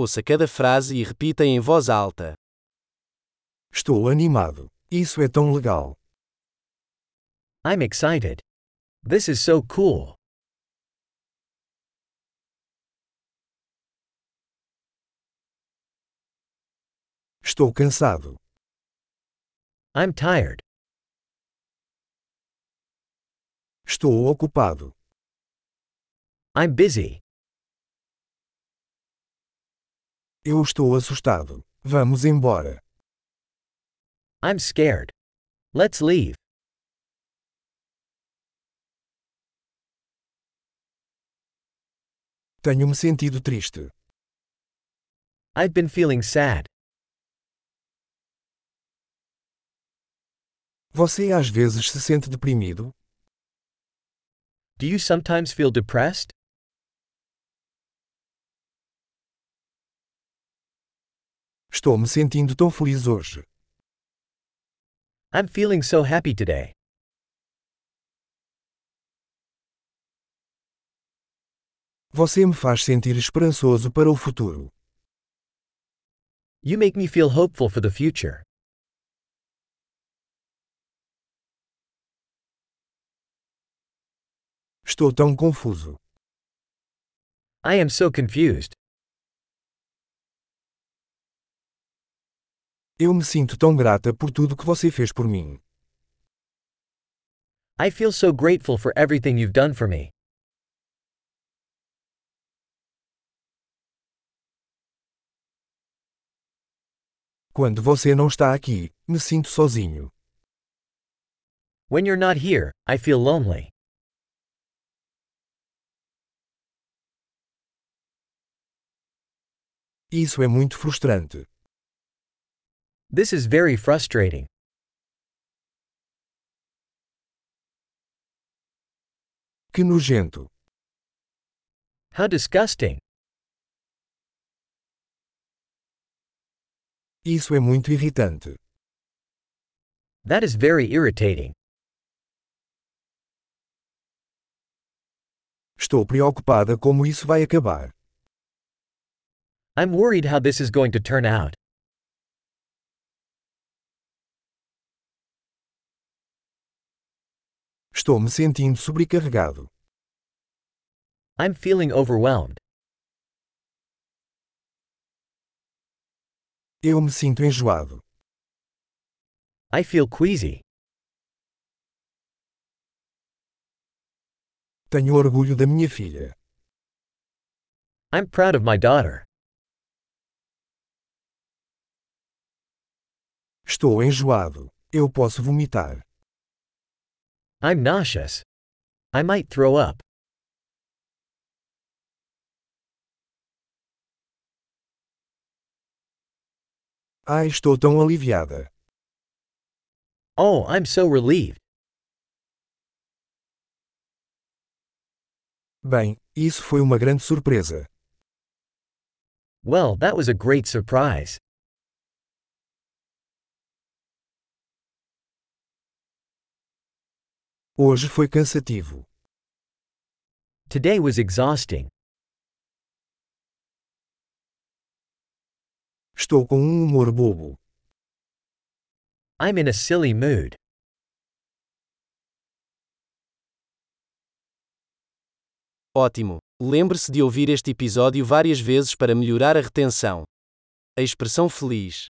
Ouça cada frase e repita em voz alta. Estou animado. Isso é tão legal. I'm excited. This is so cool. Estou cansado. I'm tired. Estou ocupado. I'm busy. Eu estou assustado. Vamos embora. I'm scared. Let's leave. Tenho-me sentido triste. I've been feeling sad. Você às vezes se sente deprimido? Do you sometimes feel depressed? Estou me sentindo tão feliz hoje. I'm feeling so happy today. Você me faz sentir esperançoso para o futuro. You make me feel hopeful for the future. Estou tão confuso. I am so confused. Eu me sinto tão grata por tudo que você fez por mim. I feel so grateful for everything you've done for me. Quando você não está aqui, me sinto sozinho. When you're not here, I feel lonely. Isso é muito frustrante. This is very frustrating. Que nojento. How disgusting. Isso é muito irritante. That is very irritating. Estou preocupada como isso vai acabar. I'm worried how this is going to turn out. Estou me sentindo sobrecarregado. I'm feeling overwhelmed. Eu me sinto enjoado. I feel queasy. Tenho orgulho da minha filha. I'm proud of my daughter. Estou enjoado. Eu posso vomitar. I'm nauseous. I might throw up. Ai, estou tão aliviada. Oh, I'm so relieved. Bem, isso foi uma grande surpresa. Well, that was a great surprise. Hoje foi cansativo. Today was exhausting. Estou com um humor bobo. I'm in a silly mood. Ótimo! Lembre-se de ouvir este episódio várias vezes para melhorar a retenção. A expressão feliz